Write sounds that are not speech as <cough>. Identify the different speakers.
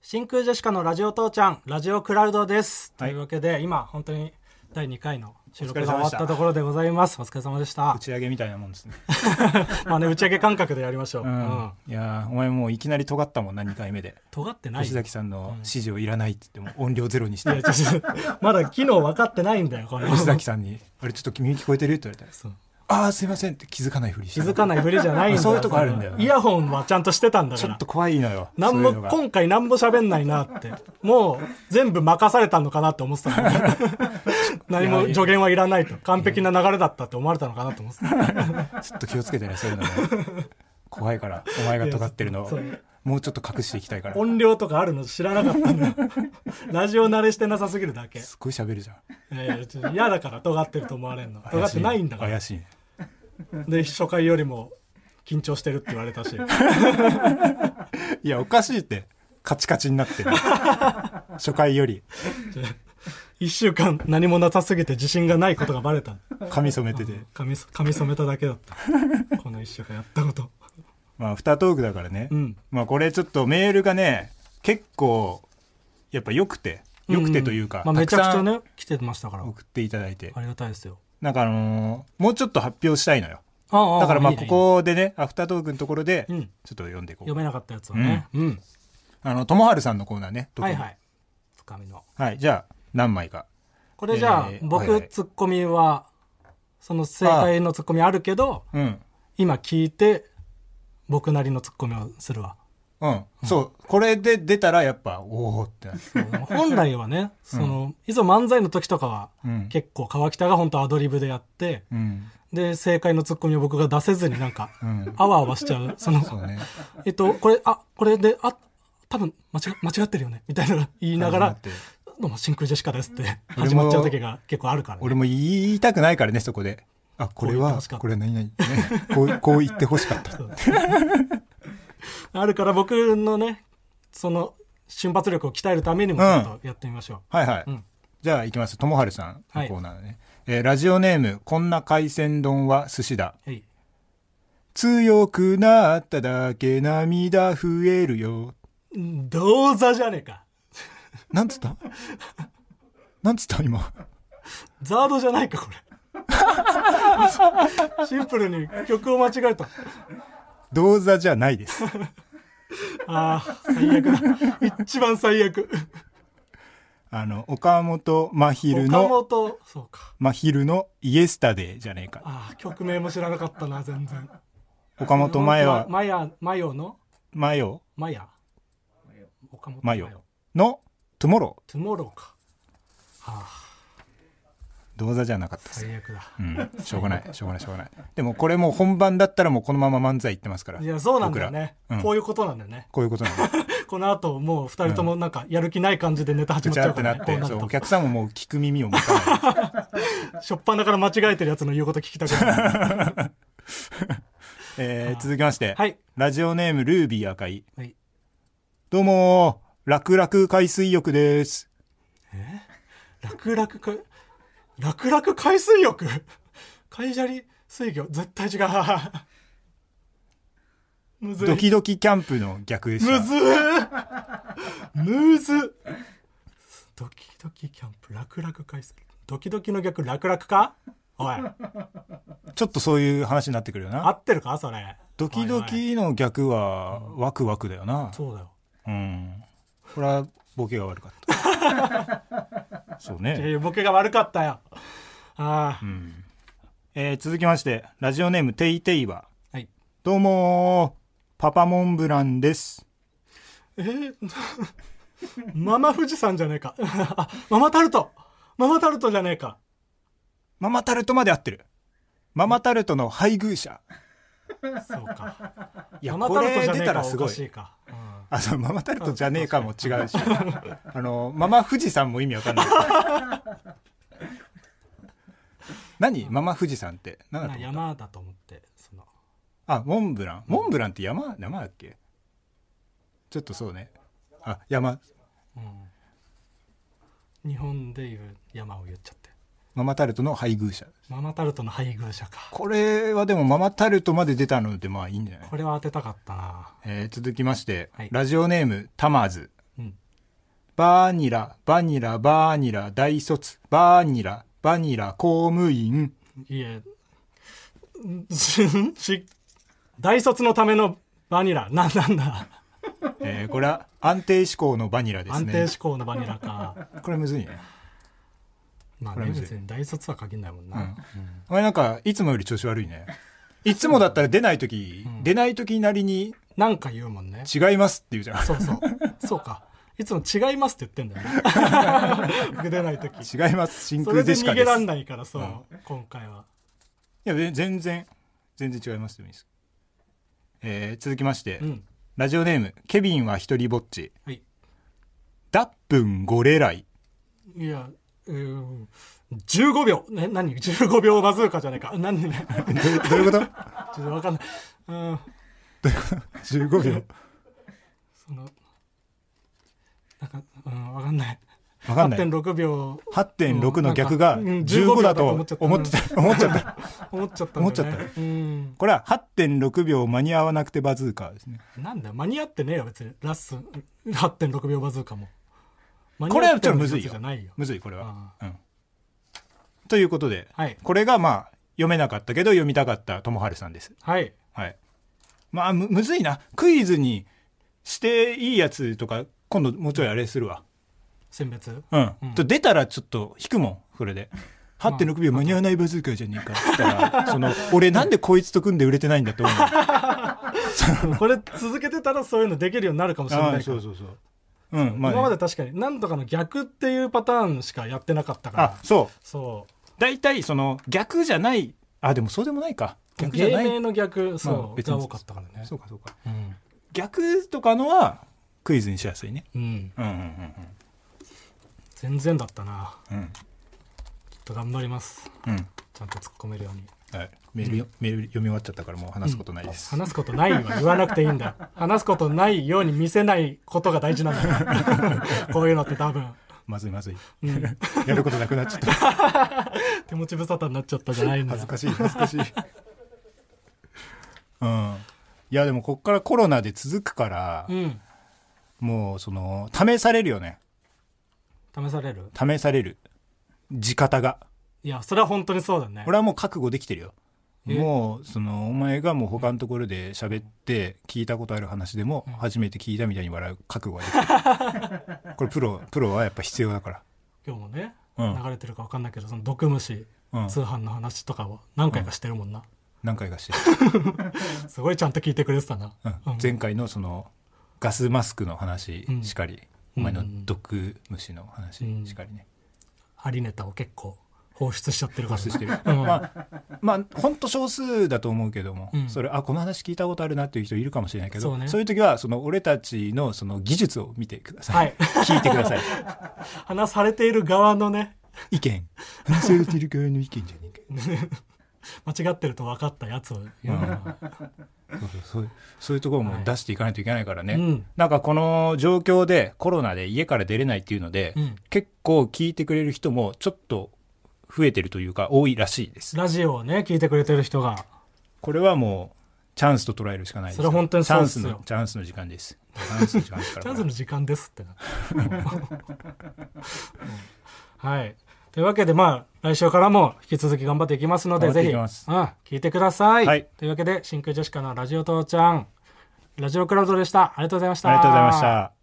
Speaker 1: 真空ジェシカのラジオ父ちゃん、ラジオクラウドです。
Speaker 2: はい
Speaker 1: というわけで、今、本当に第2回の収録
Speaker 2: お疲れ
Speaker 1: が
Speaker 2: 様
Speaker 1: 終
Speaker 2: で
Speaker 1: わ
Speaker 2: し
Speaker 1: ったたところでございます。お疲れ様でした
Speaker 2: 打。ち上げみたいなも
Speaker 1: <laughs>
Speaker 2: んですね、
Speaker 1: まあね、打ち上げ感覚でやりましょう。
Speaker 2: う
Speaker 1: うんん。
Speaker 2: いやーお前もういきなり尖ったもんな2回目で
Speaker 1: 尖ってない。
Speaker 2: 吉
Speaker 1: いや、
Speaker 2: 崎さんの指示をいらないって言っても音量ゼロにして
Speaker 1: ちょっと、まだ機能分かってないんだよ、これ。
Speaker 2: 吉崎さんに「あれちょっと君聞こえてる?」って言われたら
Speaker 1: そう
Speaker 2: 「ああすいません」って気づかないふりして
Speaker 1: 気づかないふりじゃないんだよ。
Speaker 2: そういうとこあるんだよな
Speaker 1: イヤホンはちゃんとしてたんだ
Speaker 2: ち
Speaker 1: か
Speaker 2: ょっ
Speaker 1: ら
Speaker 2: と。怖いのよ
Speaker 1: なん
Speaker 2: そういうの
Speaker 1: も、
Speaker 2: が
Speaker 1: 今回なんも喋んないなって。もう、全部任されたのかなって思ってたのに何も助言はいらないと。完璧な流れだったって思われたのかなと思ってた。
Speaker 2: ちょっと気をつけてねそういうのね怖いからお前が尖ってるの
Speaker 1: いやそう
Speaker 2: もうちょっと隠していきた <laughs> いから
Speaker 1: 音量とかあるの知らなかったんだよ <laughs> ラジオ慣れしてなさすぎるだけい
Speaker 2: すっごい喋るじゃん
Speaker 1: やいやちょっと嫌だから尖ってると思われんの尖
Speaker 2: 怪
Speaker 1: っ
Speaker 2: して
Speaker 1: ないんだから
Speaker 2: 怪しい
Speaker 1: で初回よりも緊張してるって言われたし <laughs>
Speaker 2: いやおかしいってカチカチに
Speaker 1: <laughs>
Speaker 2: なってる初回より
Speaker 1: 一週間何もなさすぎて自信がないことがバレた
Speaker 2: 髪染めてて
Speaker 1: 髪そ髪染めただけだったこの一週間やったこと
Speaker 2: まあアフタートークだからね、
Speaker 1: うん
Speaker 2: まあこれちょっとメールがね結構やっぱ良くて良くてというか、
Speaker 1: んんまあ、め
Speaker 2: た
Speaker 1: ちゃくち
Speaker 2: さ
Speaker 1: ゃ
Speaker 2: ん
Speaker 1: ね来てましたから
Speaker 2: 送っていただいて、
Speaker 1: ありがたいですよ
Speaker 2: なんかあのーもうちょっと発表したいのよ
Speaker 1: あ
Speaker 2: だからまあ
Speaker 1: いいね
Speaker 2: ここでねアフタートークのところでち
Speaker 1: う
Speaker 2: ょっ
Speaker 1: ん
Speaker 2: と読んでいこう、
Speaker 1: 読めなかったやつはねうん、
Speaker 2: あの友春さんのコーナーね特
Speaker 1: は
Speaker 2: に
Speaker 1: いはいつかみの
Speaker 2: はい、じゃあ何枚か
Speaker 1: これじゃあ、
Speaker 2: えー
Speaker 1: 僕、
Speaker 2: はいはい
Speaker 1: ツッコミはその正解のツッコミあるけど
Speaker 2: うん
Speaker 1: 今聞いて僕なりのツッコミをするわ
Speaker 2: うん、そうこれで出たらやっぱおおってなる
Speaker 1: 本来
Speaker 2: <laughs>
Speaker 1: はねその、いつも漫才の時とかは、
Speaker 2: うん
Speaker 1: 結構川北が本当アドリブでやって
Speaker 2: うん
Speaker 1: で正解のツッコミを僕が出せずになんか、
Speaker 2: うん
Speaker 1: あわあわしちゃうその
Speaker 2: そうね
Speaker 1: えっとこれあこれであ多分間違間違ってるよねみたいなのが言いなが
Speaker 2: 始ま
Speaker 1: ら
Speaker 2: って
Speaker 1: 「どうも真空ジェシカです」って
Speaker 2: 俺も
Speaker 1: 始まっちゃう時が結構あるからね、
Speaker 2: 俺も言いたくないからねそこであこれは
Speaker 1: こ
Speaker 2: こ
Speaker 1: う
Speaker 2: れは何々、ね、こうこう言ってほしかった
Speaker 1: あるから僕のねその瞬発力を鍛えるためにもち
Speaker 2: う
Speaker 1: ょ
Speaker 2: ん
Speaker 1: っとやってみましょう、
Speaker 2: はいはい、
Speaker 1: うん
Speaker 2: じゃあ行きますともはるさんのコーナーね、えーラジオネーム「こんな海鮮丼は寿司だ」
Speaker 1: はい
Speaker 2: 「強くなっただけ涙増えるよ
Speaker 1: 銅座じゃねえか。」
Speaker 2: なんつ
Speaker 1: <laughs>
Speaker 2: ったなんつった今
Speaker 1: ザードじゃないか、これ。 <laughs> シンプルに曲を間違えた。
Speaker 2: 銅座じゃないです
Speaker 1: ああ、最悪だ。一番最悪。
Speaker 2: あの、岡本真昼
Speaker 1: 岡
Speaker 2: の、
Speaker 1: 本、そうか。
Speaker 2: 真昼のイエスタデーじゃねえか。
Speaker 1: ああ、曲名も知らなかったな、全然。
Speaker 2: 岡本真
Speaker 1: は
Speaker 2: 夜、
Speaker 1: マヤ、マヨの
Speaker 2: 真夜
Speaker 1: マヤ岡本
Speaker 2: マヨのトゥモロ
Speaker 1: トゥモローか。ああ、
Speaker 2: ー。動座じゃなかったです。
Speaker 1: 最悪だ。
Speaker 2: うん。しょうがない、しょうがない、しょうがない。でもこれもう本番だったらもうこのまま漫才言ってますから。
Speaker 1: いや、そうなんだよね
Speaker 2: 僕ら。うん
Speaker 1: こういうことなんだよね。
Speaker 2: こういうことなの。
Speaker 1: この後、もう二人ともなんか、やる <laughs> 気ない感じでネタ始
Speaker 2: ぐ
Speaker 1: まっち
Speaker 2: ちゃ
Speaker 1: ゃう
Speaker 2: っ
Speaker 1: か
Speaker 2: て
Speaker 1: らね
Speaker 2: なっ
Speaker 1: こう
Speaker 2: て、
Speaker 1: なる
Speaker 2: そう、
Speaker 1: と
Speaker 2: お。客さんももう聞く耳を持た
Speaker 1: <laughs>
Speaker 2: ない。
Speaker 1: しょっぱなから間違えてるやつの言うこと聞きたくない。
Speaker 2: えー、続きまして、
Speaker 1: はい。
Speaker 2: ラジオネームルービー赤い。
Speaker 1: はい
Speaker 2: どうもー、楽々海水浴です。
Speaker 1: 楽々か、楽々海水浴海砂利水魚絶対違う。むずい。
Speaker 2: ドキドキキャンプの逆でし
Speaker 1: む
Speaker 2: た。
Speaker 1: ずーむずードキドキキャンプ、楽々海水ドキドキの逆、楽々かおい、
Speaker 2: ちょっとそういう話になってくるよな。
Speaker 1: 合ってるかそれ。
Speaker 2: ドキド
Speaker 1: おいおい
Speaker 2: キの逆はワクワクだよな。
Speaker 1: そうだよ。
Speaker 2: うん。これはボケが悪か
Speaker 1: <laughs>
Speaker 2: った。そう
Speaker 1: いやい
Speaker 2: ね。
Speaker 1: や、ボケが悪かったよ。ああ、
Speaker 2: えー続きまして、ラジオネームテイテイは、
Speaker 1: はい。
Speaker 2: どうもーパパモンブランです。
Speaker 1: え <laughs> ーママ富士山じゃねえか。 <laughs> あ、ママタルトママタルトじゃねえか。
Speaker 2: ママタルトまで合ってる。ママタルトの配偶者。
Speaker 1: そうか。
Speaker 2: いや、
Speaker 1: マ
Speaker 2: こ
Speaker 1: マタルト
Speaker 2: れ
Speaker 1: じゃね
Speaker 2: 出
Speaker 1: えか
Speaker 2: た
Speaker 1: らお
Speaker 2: すご
Speaker 1: か
Speaker 2: い。
Speaker 1: しいか。うん
Speaker 2: あ、そう、ママタルトじゃねえかも違うし。あの、ママ富士山も意味わかんない。何ママ富士山って。何だと
Speaker 1: な
Speaker 2: 思った
Speaker 1: 山だと思って、その、
Speaker 2: あ、モンブラン。モンブランって山、山だっけちょっとそうね。あ、山。
Speaker 1: うん日本でいう山を言っちゃって。
Speaker 2: ママタルトの配偶者。
Speaker 1: ママタルトの配偶者か。
Speaker 2: これはでもママタルトまで出たのでまあいいんじゃない
Speaker 1: これは当てたかったな。
Speaker 2: えー続きまして、
Speaker 1: はい
Speaker 2: ラジオネーム、タマーズ。
Speaker 1: うん。
Speaker 2: バニラ、バニラ、バニラ、大卒、バニラ、バニラ、公務員。
Speaker 1: いえ、 <laughs> し大卒のためのバニラ。な、なんだ。
Speaker 2: えー、これは安定志向のバニラです
Speaker 1: 安定
Speaker 2: ね。
Speaker 1: 志向のバニラか。
Speaker 2: これむずいね。
Speaker 1: まあ
Speaker 2: これ
Speaker 1: ね、
Speaker 2: むずい
Speaker 1: 別に大卒は限んないもんな。
Speaker 2: うんお前なんか、いつもより調子悪いね。いつもだったら出ないとき、出ないときなりに
Speaker 1: なんか言うもんね。
Speaker 2: 違いますって言うじゃん。 <laughs>
Speaker 1: そうそう。そうか。いつも違いますって言ってんだよね。
Speaker 2: <laughs>
Speaker 1: 僕出ないとき。
Speaker 2: 違います。真
Speaker 1: それ
Speaker 2: 空
Speaker 1: で
Speaker 2: でし
Speaker 1: 逃
Speaker 2: か
Speaker 1: げ
Speaker 2: です。
Speaker 1: らん
Speaker 2: い
Speaker 1: ないから、そう、今回は。
Speaker 2: や、で全然、全然違いますでもいいです。えー、続きまして、
Speaker 1: うん。
Speaker 2: ラジオネーム、ケビンは一人ぼっち。
Speaker 1: はい。
Speaker 2: ダップンゴレライ。 <laughs>
Speaker 1: いや、うーん。15秒。ね、何 ?15 秒バズーカじゃないか。何ね。
Speaker 2: どどういうこと <laughs>
Speaker 1: ちょっとわかんない。うん。
Speaker 2: ?15 秒。
Speaker 1: その、なんか、うん、わかんない。
Speaker 2: わかんない。
Speaker 1: 8.6秒
Speaker 2: 8.6の逆が
Speaker 1: うんなんかうん
Speaker 2: 15だと
Speaker 1: 15だと
Speaker 2: 思
Speaker 1: 思
Speaker 2: っ
Speaker 1: ってて
Speaker 2: た、 <laughs> 思っちゃった。
Speaker 1: 思っちゃったんだよね。
Speaker 2: 思っちゃった
Speaker 1: うん。
Speaker 2: これは8.6秒間に合わなくてバズーカーですね。
Speaker 1: なんだよ間に合ってねえよ、別に。ラッスン、8.6秒バズーカも。
Speaker 2: これはちょっとむず
Speaker 1: 間に合ってねえやつ
Speaker 2: い
Speaker 1: じ
Speaker 2: よ
Speaker 1: ゃないよ。。
Speaker 2: むずい、これは。うん。ということで、
Speaker 1: はい
Speaker 2: これがまあ、読めなかったけど読みたかったともはるさんです。
Speaker 1: はい。
Speaker 2: はい。まあ、むむずいな。クイズにしていいやつとか、今度もうちょいあれするわ。
Speaker 1: 選別。 <laughs>
Speaker 2: うん。
Speaker 1: うん
Speaker 2: と出たらちょっと引くもん、それで。8.6秒間に合わないバズーカーじゃねえかって言った
Speaker 1: <laughs>
Speaker 2: ら、その、俺なんでこいつと組んで売れてないんだと思う。
Speaker 1: これ続けてたらそういうのできるようになるかもしれない
Speaker 2: あ
Speaker 1: か
Speaker 2: あ
Speaker 1: ら。
Speaker 2: そうそうそう。うん、まあね、
Speaker 1: 今まで確かに何とかの逆っていうパターンしかやってなかったから
Speaker 2: あ、そう。
Speaker 1: そ
Speaker 2: 大体、その、逆じゃない、あ、でもそうでもないか。
Speaker 1: う
Speaker 2: 逆じゃ
Speaker 1: 芸
Speaker 2: ない。
Speaker 1: 名の逆そう、
Speaker 2: まあ別に
Speaker 1: が多かったからね
Speaker 2: そうか、そうか。
Speaker 1: うん、
Speaker 2: 逆とかのは、クイズにしやすいね。
Speaker 1: うん、
Speaker 2: うん、うん、
Speaker 1: 全然だったな
Speaker 2: うん。うん。
Speaker 1: ちょっと頑張ります
Speaker 2: うん。
Speaker 1: ちゃんと突っ込めるように
Speaker 2: はい。メールよ、メール読み終わっちゃったからもう話すことないです。
Speaker 1: 話すことないは言わなくていいんだよ話すことないように見せないことが大事なんだ
Speaker 2: <laughs>
Speaker 1: よこういうのって多分、
Speaker 2: まずいまずい。
Speaker 1: うん、
Speaker 2: <laughs> やることなくなっちゃった。
Speaker 1: 手持ち無沙汰になっちゃったじゃないんだ
Speaker 2: 恥ず
Speaker 1: よ
Speaker 2: かしい、恥ずかしい。うん。いや、でもこっからコロナで続くから
Speaker 1: う、ん
Speaker 2: もう、その、試されるよね。
Speaker 1: 試される
Speaker 2: 試される。地方が。
Speaker 1: いやそれは本当にそうだね
Speaker 2: 俺はもう覚悟できてるよ
Speaker 1: え
Speaker 2: もうそのお前がもう他のところで喋って聞いたことある話でも初めて聞いたみたいに笑う覚悟が
Speaker 1: <laughs>
Speaker 2: できてるこれプロプロはやっぱ必要だか
Speaker 1: 今日もね、
Speaker 2: うん
Speaker 1: 流れてるか分かんないけどその毒虫
Speaker 2: ら、うん、
Speaker 1: 通販の話とかを何回かしてるもんな、
Speaker 2: 何回かしてる、
Speaker 1: すごいちゃんと聞いてくれてたな、
Speaker 2: うん、前回のそのガスマスクの話しかり、
Speaker 1: うん
Speaker 2: お前の毒虫の話しかりね、
Speaker 1: ハリネタを結構放出しちゃってるから
Speaker 2: 発生してる、
Speaker 1: うん
Speaker 2: まあまあほんと少数だと思うけども、
Speaker 1: うん
Speaker 2: それあこの話聞いたことあるなっていう人いるかもしれないけど
Speaker 1: そ
Speaker 2: そうう,、
Speaker 1: ね
Speaker 2: いう時はその俺たちのその技術を見てくださ
Speaker 1: はい
Speaker 2: い、聞いてください
Speaker 1: <laughs> 話されている側のね
Speaker 2: 意 <laughs> 見話されてる側の意見じゃねえ
Speaker 1: 間違ってると分かったやつを言うのは
Speaker 2: かそうそうそういうそういうところも出していかないといけないからね、
Speaker 1: うん
Speaker 2: なんかこの状況でコロナで家から出れないっていうので、
Speaker 1: うん
Speaker 2: 結構聞いてくれる人もちょっと増えてるというか多いらしいです
Speaker 1: ラジオをね聞いてくれてる人が
Speaker 2: これはもうチャンスと捉えるしかないですよ
Speaker 1: それは本当にそうっす
Speaker 2: チャ
Speaker 1: よ
Speaker 2: ンスのチャンスの時間ですチャンスの時間です
Speaker 1: <laughs>
Speaker 2: か
Speaker 1: チ
Speaker 2: ら
Speaker 1: ャンスの時間ですってなはいというわけでまあ来週からも引き続き頑張っていきますので
Speaker 2: 頑張
Speaker 1: ぜ
Speaker 2: ってい
Speaker 1: ひ、
Speaker 2: き
Speaker 1: うん、
Speaker 2: ます
Speaker 1: 聞いてください、
Speaker 2: はい
Speaker 1: というわけで真空ジェシカのラジオ父ちゃんラジオクラウドでしたありがとうございました
Speaker 2: ありがとうございました